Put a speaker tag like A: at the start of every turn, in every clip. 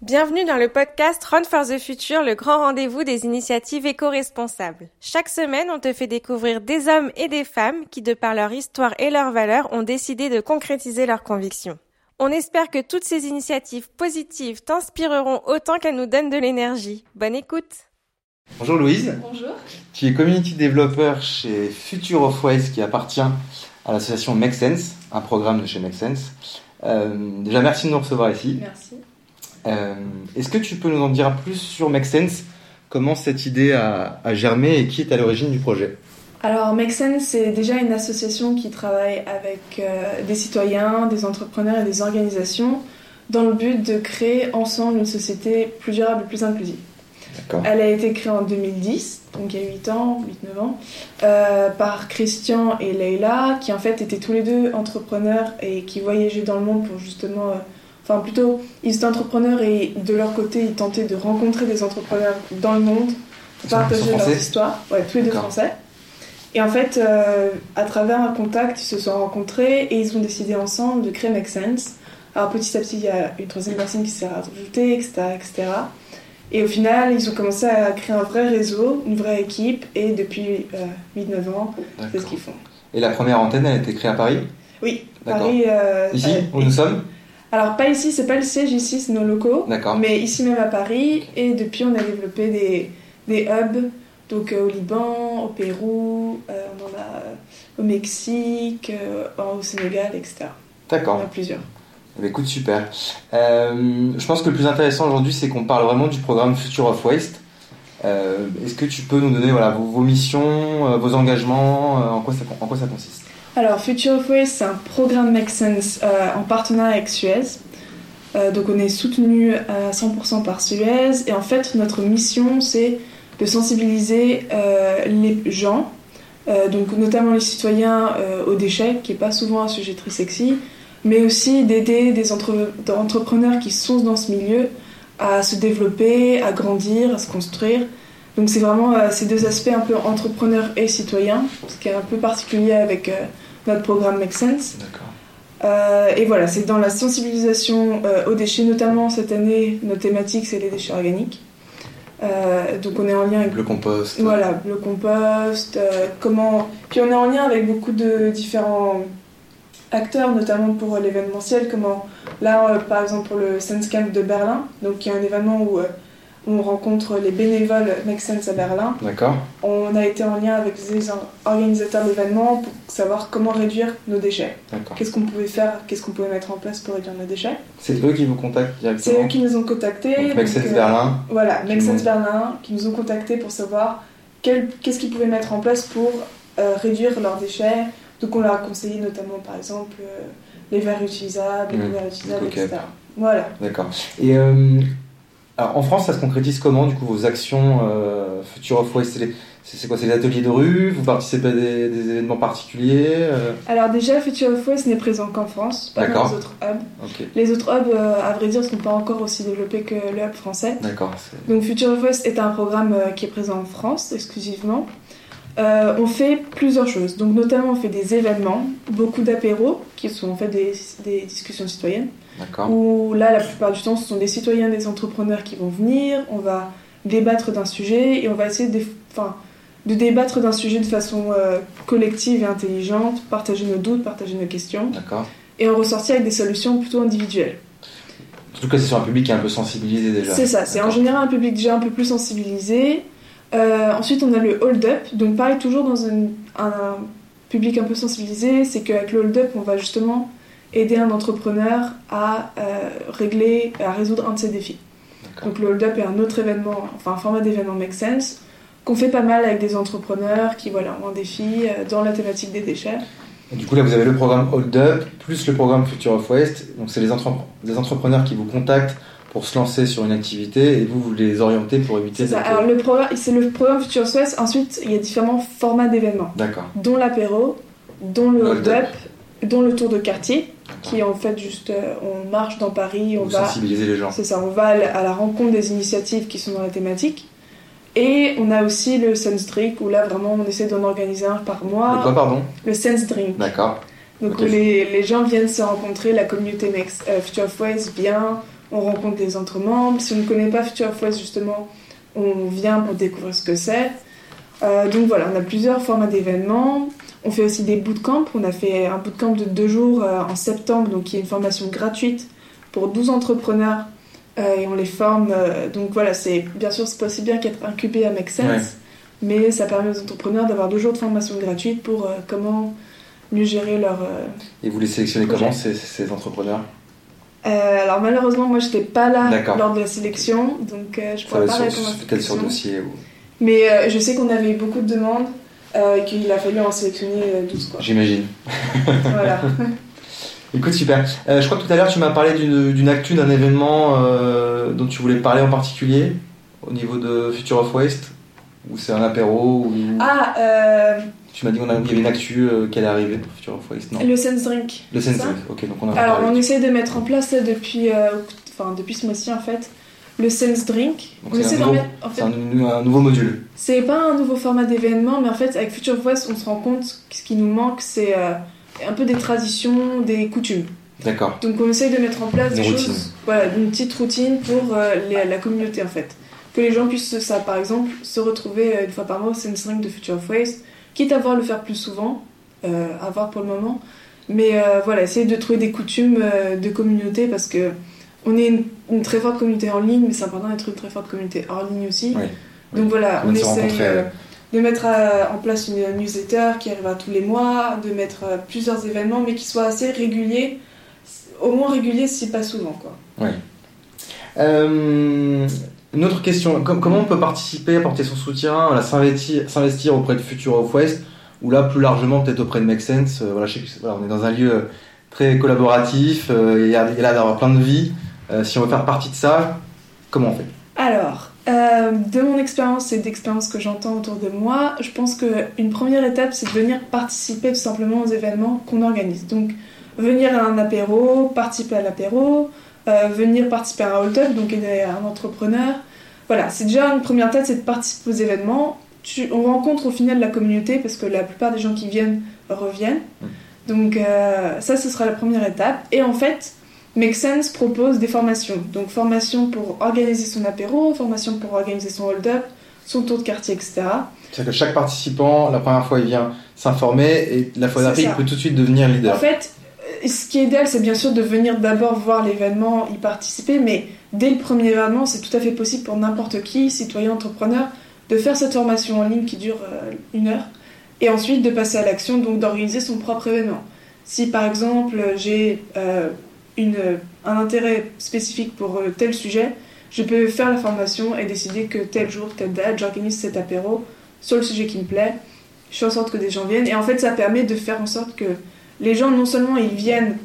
A: Bienvenue dans le podcast Run for the Future, le grand rendez-vous des initiatives éco-responsables. Chaque semaine, on te fait découvrir des hommes et des femmes qui, de par leur histoire et leurs valeurs, ont décidé de concrétiser leurs convictions. On espère que toutes ces initiatives positives t'inspireront autant qu'elles nous donnent de l'énergie. Bonne écoute
B: Bonjour Louise,
C: Bonjour.
B: tu es community développeur chez Future of Ways qui appartient à l'association Make Sense, un programme de chez Make Sense. Euh, déjà merci de nous recevoir ici.
C: Merci.
B: Euh, Est-ce que tu peux nous en dire plus sur Make Sense Comment cette idée a, a germé et qui est à l'origine du projet
C: Alors, Make Sense, c'est déjà une association qui travaille avec euh, des citoyens, des entrepreneurs et des organisations dans le but de créer ensemble une société plus durable et plus inclusive.
B: D'accord.
C: Elle a été créée en 2010, donc il y a 8 ans, 8-9 ans, euh, par Christian et Leila, qui en fait étaient tous les deux entrepreneurs et qui voyageaient dans le monde pour justement... euh, Enfin, plutôt, ils étaient entrepreneurs et de leur côté, ils tentaient de rencontrer des entrepreneurs dans le monde
B: Ils sont- ils sont
C: partager leurs
B: français
C: histoires, ouais, tous les deux
B: D'accord.
C: français. Et en fait, euh, à travers un contact, ils se sont rencontrés et ils ont décidé ensemble de créer Make Sense. Alors petit à petit, il y a une troisième personne qui s'est rajoutée, etc., etc. Et au final, ils ont commencé à créer un vrai réseau, une vraie équipe, et depuis euh, 8-9 ans, c'est ce
B: D'accord.
C: qu'ils font.
B: Et la première antenne, elle a été créée à Paris
C: Oui,
B: D'accord.
C: Paris. euh,
B: Ici,
C: euh,
B: où nous sommes
C: Alors pas ici, c'est pas le siège, ici, c'est nos locaux.
B: D'accord.
C: Mais ici même à Paris, et depuis on a développé des, des hubs, donc euh, au Liban, au Pérou, euh, on en a euh, au Mexique, euh, en- au Sénégal, etc. On
B: D'accord.
C: a plusieurs.
B: Eh bien, Écoute, super. Euh, je pense que le plus intéressant aujourd'hui, c'est qu'on parle vraiment du programme Future of Waste. Euh, Est-ce que tu peux nous donner voilà, vos, vos missions, euh, vos engagements, euh, en, quoi ça, en quoi ça consiste
C: Alors Future of Waste, c'est un programme Make Sense euh, en partenariat avec Suez. Euh, donc on est soutenu à 100% par Suez et en fait notre mission c'est de sensibiliser euh, les gens, euh, donc notamment les citoyens euh, aux déchets, qui est pas souvent un sujet très sexy, mais aussi d'aider des entre- des entrepreneurs qui sont dans ce milieu à se développer, à grandir, à se construire. Donc c'est vraiment euh, ces deux aspects un peu entrepreneur et citoyen, ce qui est un peu particulier avec euh, notre programme Make Sense.
B: D'accord.
C: Euh, et voilà, c'est dans la sensibilisation euh, aux déchets, notamment cette année, notre thématique c'est les déchets organiques. Euh, donc on est en lien avec
B: Le compost.
C: voilà, le compost, euh, comment. Puis on est en lien avec beaucoup de différents acteurs, notamment pour euh, l'événementiel. Comment là, euh, par exemple pour le Sense Camp de Berlin, donc qui est un événement où euh, on rencontre les bénévoles Make Sense à Berlin.
B: D'accord.
C: On a été en lien avec les or- organisateurs d'événements pour savoir comment réduire nos déchets.
B: D'accord.
C: Qu'est-ce qu'on pouvait faire, qu'est-ce qu'on pouvait mettre en place pour réduire nos déchets.
B: C'est eux qui vous contactent
C: C'est eux
B: directement.
C: qui nous ont contactés.
B: Donc, Make
C: donc,
B: Sense
C: euh,
B: Berlin.
C: voilà, Make
B: Tout le
C: Sense Berlin, qui nous ont contactés pour savoir quel- qu'est-ce qu'ils pouvaient mettre en place pour euh, réduire leurs déchets. Donc on leur a conseillé notamment, par exemple, euh, les verres utilisables, les
B: Mhm.
C: verres utilisables,
B: Ok.
C: etc. Voilà.
B: D'accord. Et euh, alors, en France, ça se concrétise comment, du coup, vos actions euh, Future of Waste C'est les- C'est c'est quoi C'est des ateliers de rue Vous participez à des, des événements particuliers euh,
C: Alors déjà, Future of Waste n'est présent qu'en France, pas dans
B: D'accord.
C: les autres hubs.
B: Ok.
C: Les autres hubs, euh, à vrai dire, sont pas encore aussi développés que le hub français.
B: D'accord. c'est-
C: Donc Future of Us est un programme euh, qui est présent en France exclusivement. Euh, on fait plusieurs choses, donc notamment on fait des événements, beaucoup d'apéros qui sont en fait des, des discussions citoyennes,
B: D'accord.
C: où là la plupart du temps ce sont des citoyens, des entrepreneurs qui vont venir, on va débattre d'un sujet et on va essayer de, déf- enfin, de débattre d'un sujet de façon euh, collective et intelligente, partager nos doutes, partager nos questions
B: D'accord.
C: et en ressortir avec des solutions plutôt individuelles.
B: En tout cas, c'est sur un public qui est un peu sensibilisé déjà.
C: C'est ça, c'est en
B: D'accord.
C: général un public déjà un peu plus sensibilisé. Euh, ensuite, on a le hold-up, donc pareil, toujours dans une- un public un peu sensibilisé, c'est qu'avec le hold-up, on va justement aider un entrepreneur à euh, régler, à résoudre un de ses défis.
B: D'accord.
C: Donc le hold-up est un autre événement, enfin un format d'événement Make Sense, qu'on fait pas mal avec des entrepreneurs qui voilà, ont un défi euh, dans la thématique des déchets.
B: Et Du coup, là, vous avez le programme Hold Up, plus le programme Future of Waste. Donc, c'est les, entrep- les entrepreneurs qui vous contactent pour se lancer sur une activité et vous, vous les orientez pour éviter.
C: C'est ça,
B: de-
C: alors le programme, c'est le programme Future Suez, ensuite il y a différents formats d'événements.
B: D'accord.
C: dont l'apéro, dont le
B: Le
C: hold-up, dont le tour de quartier,
B: D'accord.
C: qui est en fait juste euh, on marche dans Paris, on
B: Vous
C: va,
B: sensibilisez les gens.
C: c'est ça, on va à la- à la rencontre des initiatives qui sont dans la thématique. Et on a aussi le Sense Drink où là vraiment on essaie d'en organiser un par
B: Le quoi,
C: mois.
B: pardon
C: Le Sense Drink.
B: D'accord.
C: Donc
B: Ok.
C: où les, les gens viennent se rencontrer, la communauté Next, euh, Future of Ways vient, on rencontre des autres membres. Si on ne connaît pas Future of West, justement, on vient pour découvrir ce que c'est. Euh, donc voilà, on a plusieurs formats d'événements. On fait aussi des bootcamps. On a fait un bootcamp de deux jours euh, en septembre, donc qui est une formation gratuite pour 12 entrepreneurs euh, et on les forme. euh, donc voilà, c'est bien sûr, c'est pas aussi bien qu'être incubé à Make Sense,
B: Ouais.
C: mais ça permet aux entrepreneurs d'avoir deux jours de formation gratuite pour euh, comment mieux gérer leur. euh,
B: Et vous les sélectionnez
C: Projet.
B: comment, ces, ces entrepreneurs
C: Euh, alors malheureusement, moi j'étais pas là
B: D'accord.
C: lors de la sélection, donc euh, je
B: Ça va
C: pourrais pas
B: sur-
C: répondre à cette
B: Peut-être sur
C: question.
B: dossier ou-
C: Mais euh, je sais qu'on avait eu beaucoup de demandes euh, et qu'il a fallu en sélectionner euh, 12 quoi.
B: J'imagine.
C: voilà.
B: Écoute, super. Euh, je crois que tout à l'heure, tu m'as parlé d'une d'une actu, d'un événement euh, dont tu voulais parler en particulier, au niveau de Future of Waste, ou c'est un apéro, ou...
C: Ah, euh,
B: Tu m'as dit qu'il y avait une actu euh, qui allait arriver pour Future of Waste, non
C: le Sense Drink.
B: Le
C: c'est
B: Sense
C: ça
B: Drink, ok, donc on a
C: Alors
B: parlé.
C: on essaie de mettre en place ça depuis, euh, oct- enfin, depuis ce mois-ci en fait, le Sense Drink.
B: Donc,
C: On
B: c'est
C: essaie
B: un
C: d'en
B: nouveau-
C: mettre- en fait,
B: C'est un, nou- un nouveau module.
C: C'est pas un nouveau format d'événement, mais en fait, avec Future Voice, on se rend compte que ce qui nous manque, c'est euh, un peu des traditions, des coutumes.
B: D'accord.
C: Donc, on essaye de mettre en place
B: Des
C: des,
B: routines.
C: choses, voilà, une petite routine pour euh, les- la communauté en fait. Que les gens puissent, ça, par exemple, se retrouver euh, une fois par mois au scène 5 de Future Voice, quitte à voir le faire plus souvent, euh, à voir pour le moment. Mais euh, voilà, essayer de trouver des coutumes euh, de communauté parce que on est une, une très forte communauté en ligne, mais c'est important d'être une très forte communauté hors ligne aussi.
B: Oui.
C: Donc
B: Oui.
C: voilà,
B: On
C: on
B: va se
C: essaye
B: rencontrer,
C: euh,
B: ouais.
C: de mettre euh, en place une newsletter qui arrivera tous les mois, de mettre euh, plusieurs événements, mais qui soient assez réguliers, au moins réguliers si pas souvent. Quoi.
B: Euh, une autre question, Com- comment on peut participer, apporter son soutien, voilà, s'investi- s'investir auprès de Future of West, ou là plus largement peut-être auprès de Make Sense euh, voilà, je sais que- voilà, On est dans un lieu euh, très collaboratif, euh, il y a il y a là d'avoir plein de vie. Euh, si on veut faire partie de ça, comment on fait
C: Alors, euh, de mon expérience et d'expériences que j'entends autour de moi, je pense qu'une première étape, c'est de venir participer tout simplement aux événements qu'on organise. Donc, venir à un apéro, participer à l'apéro, euh, venir participer à un hold-up, donc aider un entrepreneur. Voilà, c'est déjà une première tête, c'est de participer aux événements. Tu- on rencontre au final la communauté parce que la plupart des gens qui viennent reviennent. Donc euh, ça, ce sera la première étape. Et en fait, Make Sense propose des formations. Donc formation pour organiser son apéro, formation pour organiser son hold-up, son tour de quartier, etc.
B: C'est-à-dire que chaque participant, la première fois, il vient s'informer et la fois
C: C'est
B: d'après, il
C: ça.
B: peut tout de suite devenir
C: En
B: leader.
C: fait, euh, ce qui est idéal, c'est bien sûr de venir d'abord voir l'événement, y participer, mais dès le premier événement, c'est tout à fait possible pour n'importe qui, citoyen, entrepreneur, de faire cette formation en ligne qui dure euh, une heure, et ensuite de passer à l'action, donc d'organiser son propre événement. Si par exemple j'ai euh, une- un intérêt spécifique pour euh, tel sujet, je peux faire la formation et décider que tel jour, telle date, j'organise cet apéro sur le sujet qui me plaît. Je fais en sorte que des gens viennent. Et en fait, ça permet de faire en sorte que les gens, non seulement ils viennent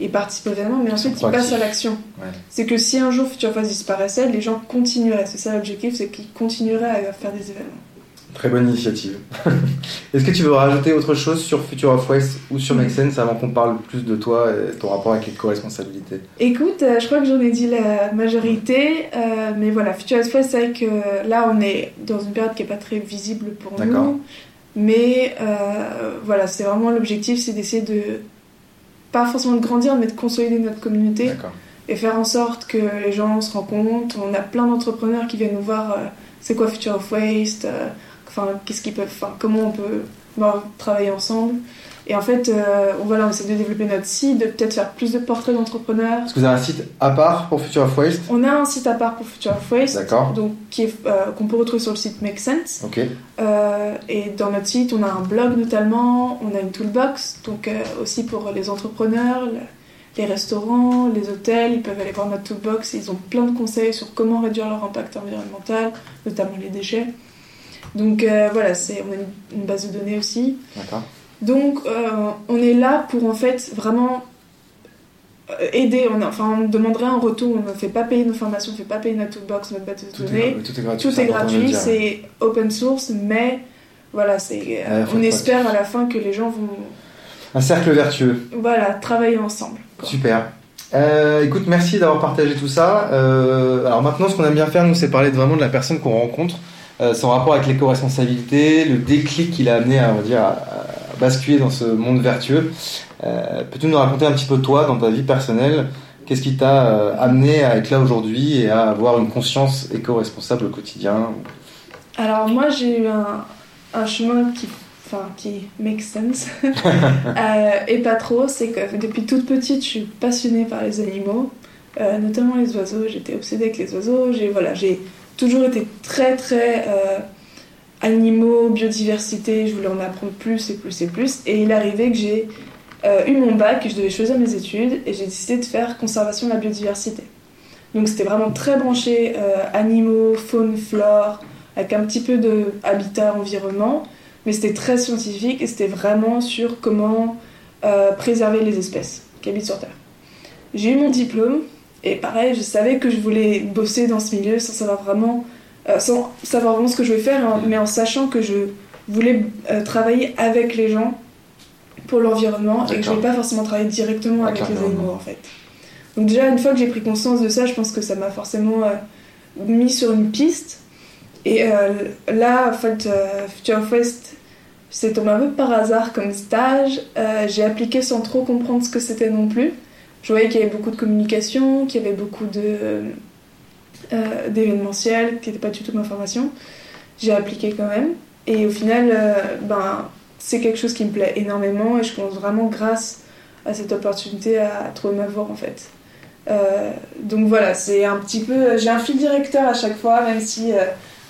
C: et participent à l'événement, mais ensuite
B: sont
C: ils passent
B: proactifs.
C: à l'action.
B: Ouais.
C: C'est que si un jour Future Face disparaissait, les gens continueraient. C'est ça l'objectif, c'est qu'ils continueraient à faire des événements.
B: Très bonne initiative. Est-ce que tu veux rajouter autre chose sur Future of West ou sur Make Sense avant qu'on parle plus de toi et ton rapport avec les co-responsabilités
C: Écoute, euh, je crois que j'en ai dit la majorité, euh, mais voilà, Future Express, c'est vrai que euh, là, on est dans une période qui n'est pas très visible pour
B: D'accord.
C: nous. Mais euh, voilà, c'est vraiment l'objectif, c'est d'essayer de, pas forcément de grandir, mais de consolider notre communauté
B: D'accord.
C: et faire en sorte que les gens se rencontrent. On a plein d'entrepreneurs qui viennent nous voir, euh, c'est quoi Future of Waste, euh, enfin, qu'est-ce qu'ils peuvent, enfin, comment on peut bah, travailler ensemble. Et en fait, euh, voilà, on essaie de développer notre site, de peut-être faire plus de portraits d'entrepreneurs.
B: Est-ce que vous avez un site à part pour Future of Waste
C: On a un site à part pour Future of Waste,
B: D'accord.
C: donc qui est, euh, qu'on peut retrouver sur le site Make Sense.
B: Ok.
C: Euh, et dans notre site, on a un blog notamment, on a une toolbox, donc euh, aussi pour les entrepreneurs, le- les restaurants, les hôtels, ils peuvent aller voir notre toolbox. Ils ont plein de conseils sur comment réduire leur impact environnemental, notamment les déchets. Donc euh, voilà, c'est on a une, une base de données aussi.
B: D'accord.
C: Donc, euh, on est là pour en fait vraiment euh, aider. On a- enfin, on demanderait un retour. On ne fait pas payer nos formations, on ne fait pas payer notre toolbox, notre base de
B: Tout
C: données.
B: est, tout est gratuit.
C: Tout
B: c'est
C: est
B: important de le
C: gratuit,
B: dire.
C: c'est open source, mais voilà, c'est. euh,
B: Ouais, faut
C: on
B: pas-
C: espère à la fin que les gens vont,
B: Un cercle vertueux.
C: voilà, travailler ensemble. quoi.
B: Super. Euh, écoute, merci d'avoir partagé tout ça. Euh, alors maintenant, ce qu'on aime bien faire, nous, c'est parler de, vraiment de la personne qu'on rencontre, euh, son rapport avec l'éco-responsabilité, le déclic qui l'a amené à, on va dire, à, à basculer dans ce monde vertueux. Euh, Peux-tu nous raconter un petit peu toi, dans ta vie personnelle, Qu'est-ce qui t'a euh, amené à être là aujourd'hui et à avoir une conscience éco-responsable au quotidien
C: Alors moi j'ai eu un, un chemin qui, enfin, qui make sense Euh, et pas trop, c'est que depuis toute petite je suis passionnée par les animaux, euh, notamment les oiseaux, j'étais obsédée avec les oiseaux, j'ai voilà, j'ai toujours été très très euh, animaux, biodiversité, je voulais en apprendre plus et plus et plus et il arrivait que j'ai euh, eu mon bac et je devais choisir mes études et j'ai décidé de faire conservation de la biodiversité. Donc c'était vraiment très branché euh, animaux, faune, flore, avec un petit peu de habitat, environnement, mais c'était très scientifique et c'était vraiment sur comment euh, préserver les espèces qui habitent sur Terre. J'ai eu mon diplôme et pareil, je savais que je voulais bosser dans ce milieu sans savoir vraiment, euh, sans savoir vraiment ce que je voulais faire, hein, mais en sachant que je voulais euh, travailler avec les gens pour l'environnement et que je
B: D'accord.
C: voulais pas forcément travailler directement
B: Avec
C: avec les
B: l'environnement.
C: animaux en fait. Donc déjà, une fois que j'ai pris conscience de ça, je pense que ça m'a forcément euh, mis sur une piste. Et euh, là, en fait, euh, Future of West, c'est tombé un peu par hasard comme stage. Euh, j'ai appliqué sans trop comprendre ce que c'était non plus. Je voyais qu'il y avait beaucoup de communication, qu'il y avait beaucoup de euh, d'événementiel, qui n'était pas du tout ma formation. J'ai appliqué quand même. Et au final, euh, ben, c'est quelque chose qui me plaît énormément et je pense vraiment grâce à cette opportunité à trouver ma voie en fait. Euh, donc voilà, c'est un petit peu. euh, J'ai un fil directeur à chaque fois, même si euh,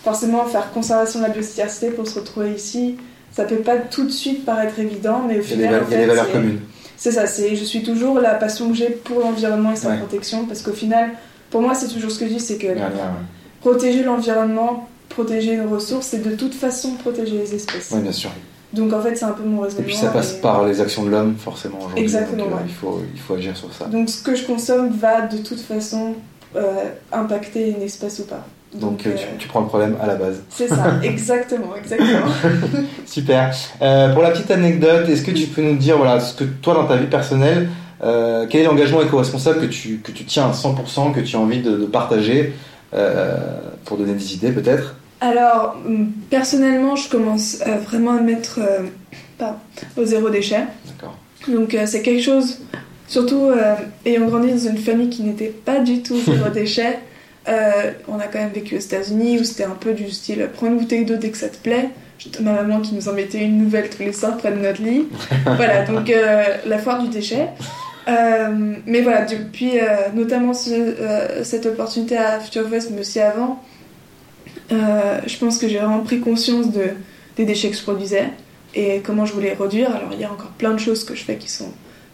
C: forcément faire conservation de la biodiversité pour se retrouver ici, ça peut pas tout de suite paraître évident, mais au
B: Il y a des val-
C: final, en
B: il y a des
C: fait,
B: valeurs
C: c'est-
B: communes.
C: c'est ça, c'est je suis toujours la passion que j'ai pour l'environnement et sa
B: Ouais.
C: protection parce qu'au final, pour moi, c'est toujours ce que je dis, c'est que
B: Il y a- il y a-
C: protéger l'environnement, protéger nos ressources, c'est de toute façon protéger les espèces.
B: Oui, bien sûr.
C: Donc en fait, c'est un peu mon raisonnement.
B: Et puis ça passe
C: et-
B: par les actions de l'homme, forcément, aujourd'hui.
C: Exactement,
B: Donc, euh,
C: ouais.
B: il, faut, il faut agir sur ça.
C: Donc ce que je consomme va de toute façon euh, impacter une espèce ou pas.
B: Donc, euh,
C: euh,
B: tu, tu prends le problème à la base.
C: c'est ça, exactement, exactement.
B: Super. Euh, pour la petite anecdote, est-ce que tu peux nous dire, voilà, ce que toi, dans ta vie personnelle, euh, quel est l'engagement éco-responsable que tu, que tu tiens à 100%, que tu as envie de, de partager, euh, pour donner des idées peut-être
C: Alors, hum, personnellement, je commence euh, vraiment à me mettre euh, pardon, au zéro déchet.
B: D'accord.
C: Donc euh, c'est quelque chose, surtout euh, ayant grandi dans une famille qui n'était pas du tout zéro déchet, euh, on a quand même vécu aux États-Unis où c'était un peu du style prends une bouteille d'eau dès que ça te plaît. Juste Ma maman qui nous en mettait une nouvelle tous les soirs près de notre lit. voilà, donc euh, la foire du déchet. Euh, mais voilà, depuis euh, notamment ce- euh, cette opportunité à Future Fest, mais aussi avant, euh, je pense que j'ai vraiment pris conscience de, des déchets que je produisais et comment je voulais réduire. Alors il y a encore plein de choses que je fais qui sont...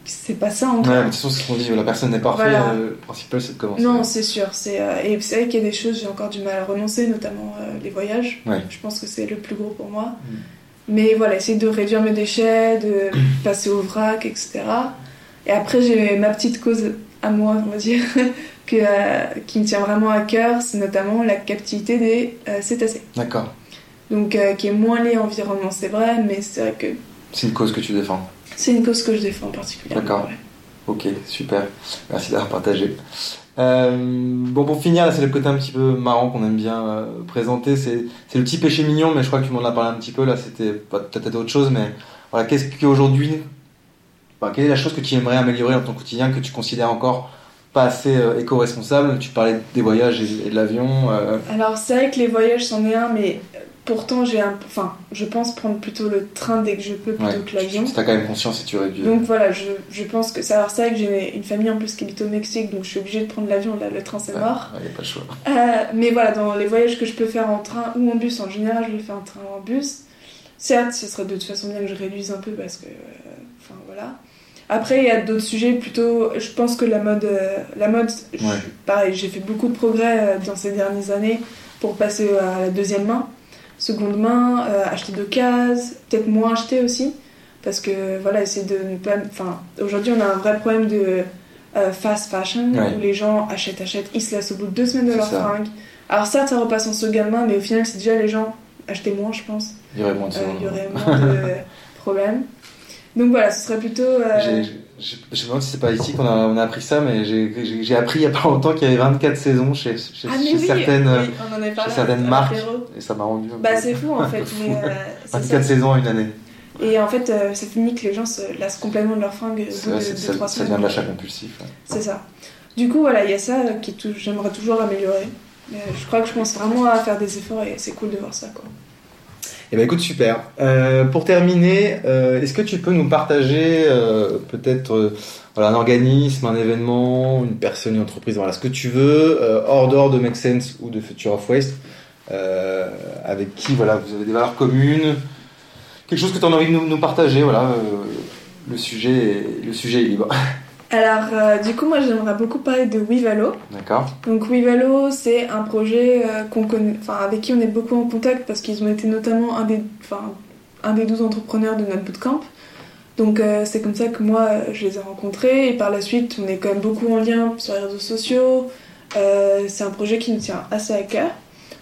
C: qui- C'est pas ça
B: Ouais,
C: encore.
B: mais de toute façon, c'est ce qu'on dit, la personne n'est pas parfaite,
C: Voilà.
B: euh, le principal c'est de commencer.
C: Non, c'est sûr. C'est euh, et c'est vrai qu'il y a des choses j'ai encore du mal à renoncer, notamment euh, les voyages.
B: Ouais.
C: Je pense que c'est le plus gros pour moi.
B: Mm.
C: Mais voilà, essayer de réduire mes déchets, de passer au vrac, etc. Et après j'ai ma petite cause à moi, on va dire, que, euh, qui me tient vraiment à cœur, c'est notamment la captivité des euh, cétacés.
B: D'accord.
C: Donc euh, qui est moins liée à l'environnement, c'est vrai, mais c'est vrai que
B: C'est une cause que tu défends.
C: c'est une cause que je défends particulièrement.
B: D'accord.
C: ouais.
B: Ok, super. Merci d'avoir partagé. Euh, bon, pour finir, là, c'est le côté un petit peu marrant qu'on aime bien euh, présenter. C'est c'est le petit péché mignon, mais je crois que tu m'en as parlé un petit peu. Là, c'était bah, peut-être autre chose, mais voilà, qu'est-ce qu'aujourd'hui, bah, quelle est la chose que tu aimerais améliorer dans ton quotidien que tu considères encore pas assez euh, éco-responsable Tu parlais des voyages et, et de l'avion. euh,
C: Alors c'est vrai que les voyages c'en est un, mais euh, pourtant j'ai un, enfin je pense prendre plutôt le train dès que je peux plutôt
B: ouais,
C: que l'avion.
B: tu as quand même conscience et tu réduis.
C: Donc voilà, je, je pense que ça. Alors c'est vrai que j'ai une famille en plus qui habite au Mexique, donc je suis obligée de prendre l'avion. Là le train c'est
B: Ouais,
C: mort.
B: ouais, y a pas le choix.
C: Euh, mais voilà, dans les voyages que je peux faire en train ou en bus, en général je le fais en train ou en bus. Certes, ce serait de toute façon bien que je réduise un peu parce que, euh, enfin voilà. Après il y a d'autres sujets plutôt. Je pense que la mode, euh, la mode, je-
B: Ouais.
C: pareil, j'ai fait beaucoup de progrès euh, dans ces dernières années pour passer à la deuxième main, seconde main, euh, acheter de cases, peut-être moins acheter aussi, parce que voilà, essayer de ne pas. Enfin, aujourd'hui, on a un vrai problème de euh, fast fashion
B: Ouais.
C: où les gens achètent, achètent, ils se lassent au bout de deux semaines de
B: C'est
C: leur
B: ça.
C: fringue. Alors certes, ça repasse en seconde main, mais au final, c'est déjà les gens achetaient moins, je pense.
B: Il y aurait moins de
C: Euh,
B: secondes.
C: Il y aurait moins de problèmes. Donc voilà, ce serait plutôt. euh,
B: J'ai- j'ai- j'ai- Je me demande si c'est pas ici qu'on a, on a appris ça, mais j'ai- j'ai j'ai appris il y a pas longtemps qu'il y avait 24 saisons chez, chez-
C: Ah, mais
B: chez
C: oui,
B: certaines. euh,
C: oui, on en avait parlé à-
B: certaines
C: à
B: marques.
C: l'apéro.
B: Et ça m'a rendu. un peu-
C: Bah c'est fou en fait, mais euh, c'est
B: 24
C: ça.
B: saisons en une année.
C: Et en fait, euh, ça finit que les gens se lassent complètement de leur fringue au bout
B: C'est vrai,
C: de,
B: c'est-
C: de
B: ça,
C: trois
B: ça
C: semaines.
B: vient de l'achat compulsif. ouais.
C: C'est ça. Du coup, voilà, il y a ça euh, qui est tou- j'aimerais toujours améliorer. Mais je crois que je pense vraiment à faire des efforts et c'est cool de voir ça. Quoi.
B: Eh ben écoute, super. Euh, pour terminer, euh, est-ce que tu peux nous partager euh, peut-être euh, voilà, un organisme, un événement, une personne, une entreprise, voilà, ce que tu veux, euh, hors dehors de Make Sense ou de Future of Waste, euh, avec qui voilà, vous avez des valeurs communes, quelque chose que tu as envie de nous, nous partager, voilà, euh, le, sujet est, le sujet est libre.
C: Alors, euh, du coup, moi j'aimerais beaucoup parler de Wivalo.
B: D'accord
C: Donc Wivalo, c'est un projet euh, qu'on connaît, enfin, avec qui on est beaucoup en contact parce qu'ils ont été notamment un des, enfin, un des 12 entrepreneurs de notre bootcamp. Donc euh, c'est comme ça que moi euh, je les ai rencontrés et par la suite on est quand même beaucoup en lien sur les réseaux sociaux. Euh, c'est un projet qui nous tient assez à cœur.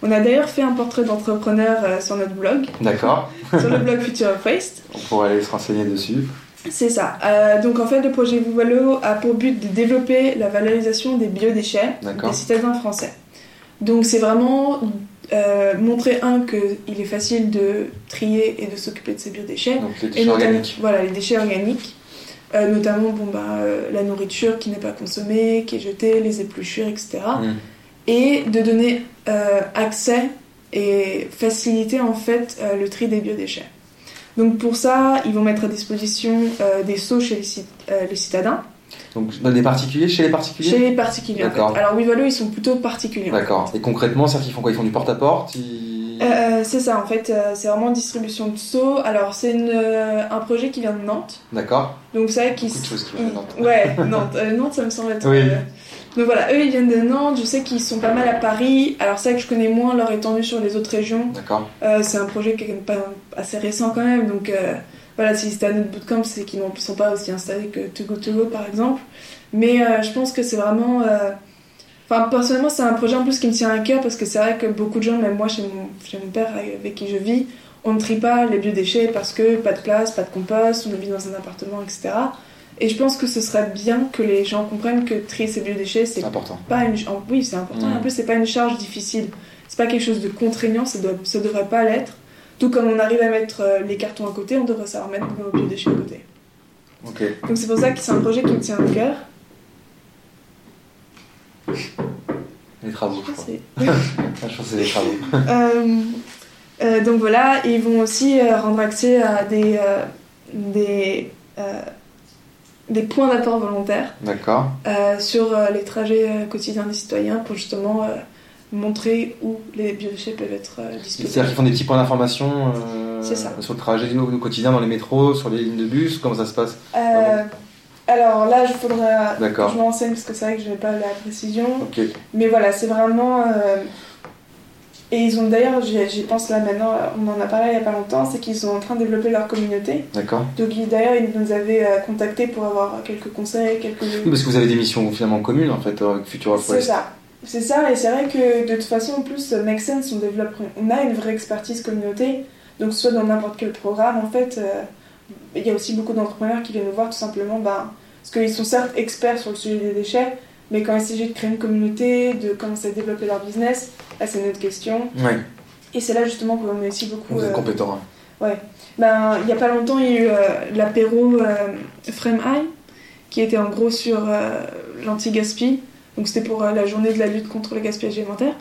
C: On a d'ailleurs fait un portrait d'entrepreneur euh, sur notre blog,
B: D'accord.
C: sur le blog Future of Waste.
B: On pourrait aller se renseigner dessus.
C: C'est ça. Euh, donc en fait, le projet Vouvalo a pour but de développer la valorisation des biodéchets
B: D'accord.
C: des citadins français. Donc c'est vraiment euh, montrer un qu'il est facile de trier et de s'occuper de ces biodéchets
B: Donc les
C: et
B: déchets
C: notamment-
B: organiques.
C: Voilà, les déchets organiques. Euh, notamment bon, bah, euh, la nourriture qui n'est pas consommée, qui est jetée, les épluchures, etc.
B: Mm.
C: Et de donner euh, accès et faciliter en fait euh, le tri des biodéchets. Donc pour ça, ils vont mettre à disposition euh, des seaux chez les, cit- euh, les citadins,
B: Donc dans des particuliers, chez les particuliers
C: chez les particuliers. en fait.
B: D'accord.
C: Alors oui, voilà, ils sont plutôt particuliers. en fait.
B: D'accord. Et concrètement, c'est-à-dire qu'ils font quoi Ils font du porte-à-porte ils-
C: Euh, c'est ça, en fait, euh, c'est vraiment distribution de seaux. Alors c'est une, euh, un projet qui vient de Nantes.
B: D'accord.
C: Donc c'est vrai qu'ils...
B: Beaucoup de choses qui
C: ils-
B: viennent de Nantes.
C: Ouais, Nantes. Euh, Nantes, ça me semble être...
B: Oui.
C: euh, Donc voilà, eux, ils viennent de Nantes. Je sais qu'ils sont pas mal à Paris. Alors c'est vrai que je connais moins leur étendue sur les autres régions.
B: D'accord.
C: Euh, c'est un projet qui est quand même pas assez récent quand même. Donc euh, voilà, si c'était à notre bootcamp, c'est qu'ils ne sont pas aussi installés que To Go To Go, par exemple. Mais euh, je pense que c'est vraiment... euh, Enfin, personnellement, c'est un projet en plus qui me tient à cœur parce que c'est vrai que beaucoup de gens, même moi, chez mon, chez mon père avec qui je vis, on ne trie pas les biodéchets parce que pas de place, pas de compost, on vit dans un appartement, etc. Et je pense que ce serait bien que les gens comprennent que trier ces biodéchets, c'est
B: C'est important.
C: pas une... en- Oui, c'est important.
B: Mm.
C: Et En plus, c'est pas une charge difficile. C'est pas quelque chose de contraignant. Ça, doit... ça devrait pas l'être. Tout comme on arrive à mettre euh, les cartons à côté, on devrait savoir mettre nos biodéchets à côté.
B: Ok.
C: Donc c'est pour ça que c'est un projet qui me tient à cœur.
B: Les travaux, je crois.
C: C'est-
B: Ah, Je pense que c'est les travaux.
C: Euh, euh, donc voilà, et ils vont aussi euh, rendre accès à des euh, des euh, des points d'apport volontaires.
B: D'accord.
C: euh, sur euh, les trajets euh, quotidiens des citoyens pour justement euh, montrer où les biodéchets peuvent être euh,
B: C'est-à-dire
C: disponibles.
B: qu'ils font des petits points d'information euh,
C: C'est ça.
B: sur le trajet du au quotidien dans les métros, sur les lignes de bus, comment ça se passe
C: Euh, alors là, il faudra que
B: D'accord.
C: je m'enseigne parce que c'est vrai que je n'ai pas la précision.
B: Ok.
C: Mais voilà, c'est vraiment... euh, Et ils ont d'ailleurs, j'y j'y pense là maintenant, on en a parlé il n'y a pas longtemps, c'est qu'ils sont en train de développer leur communauté.
B: D'accord.
C: Donc ils- d'ailleurs, ils nous avaient euh, contactés pour avoir quelques conseils, quelques...
B: Oui, parce que vous avez des missions finalement communes en fait avec Future of
C: C'est
B: Waste.
C: ça. C'est ça, et c'est vrai que de toute façon, en plus, euh, Make Sense, on, développe, on a une vraie expertise communauté, donc soit dans n'importe quel programme, en fait, euh, il y a aussi beaucoup d'entrepreneurs qui viennent nous voir tout simplement ben, parce qu'ils sont certes experts sur le sujet des déchets, mais quand il s'agit de créer une communauté, de commencer à développer leur business, là c'est notre question.
B: Ouais.
C: Et c'est là justement qu'on est aussi beaucoup.
B: Vous êtes
C: euh,
B: compétent. hein.
C: ben, il n'y a pas longtemps, il y a eu euh, l'apéro euh, Frame High, qui était en gros sur euh, l'anti-gaspi. Donc c'était pour euh, la journée de la lutte contre le gaspillage alimentaire.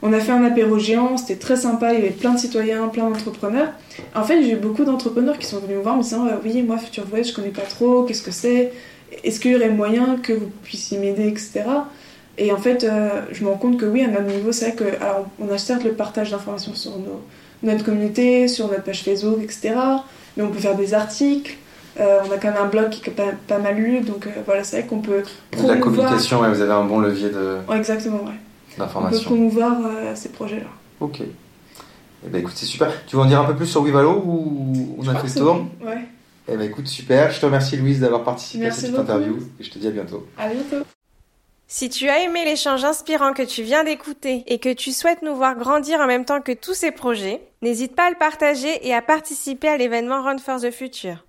C: On a fait un apéro géant, c'était très sympa, il y avait plein de citoyens, plein d'entrepreneurs. En fait, j'ai eu beaucoup d'entrepreneurs qui sont venus me voir en me disant euh, Oui, moi, Future Voyage, je connais pas trop, qu'est-ce que c'est Est-ce qu'il y aurait moyen que vous puissiez m'aider, etc. Et en fait, euh, je me rends compte que oui, à notre niveau, c'est vrai que, alors, on a certes le partage d'informations sur nos, notre communauté, sur notre page Facebook, etc. Mais on peut faire des articles. Euh, on a quand même un blog qui est pas, pas mal lu, donc euh, voilà, c'est vrai qu'on peut
B: De la
C: promouvoir-
B: communication, ouais, vous avez un bon levier de-
C: Ouais, exactement, ouais. On peut
B: d'information.
C: promouvoir euh, ces projets-là.
B: Ok. Eh ben écoute, c'est super. Tu veux en dire un peu plus sur Wivalo ou on
C: Je
B: a
C: crois
B: fait
C: que
B: le
C: c'est
B: tour
C: bon. Ouais.
B: Eh ben écoute, super. Je te remercie Louise d'avoir participé
C: Merci
B: à cette
C: beaucoup.
B: petite interview et je te dis à bientôt.
C: À bientôt.
A: Si tu as aimé l'échange inspirant que tu viens d'écouter et que tu souhaites nous voir grandir en même temps que tous ces projets, n'hésite pas à le partager et à participer à l'événement Run for the Future.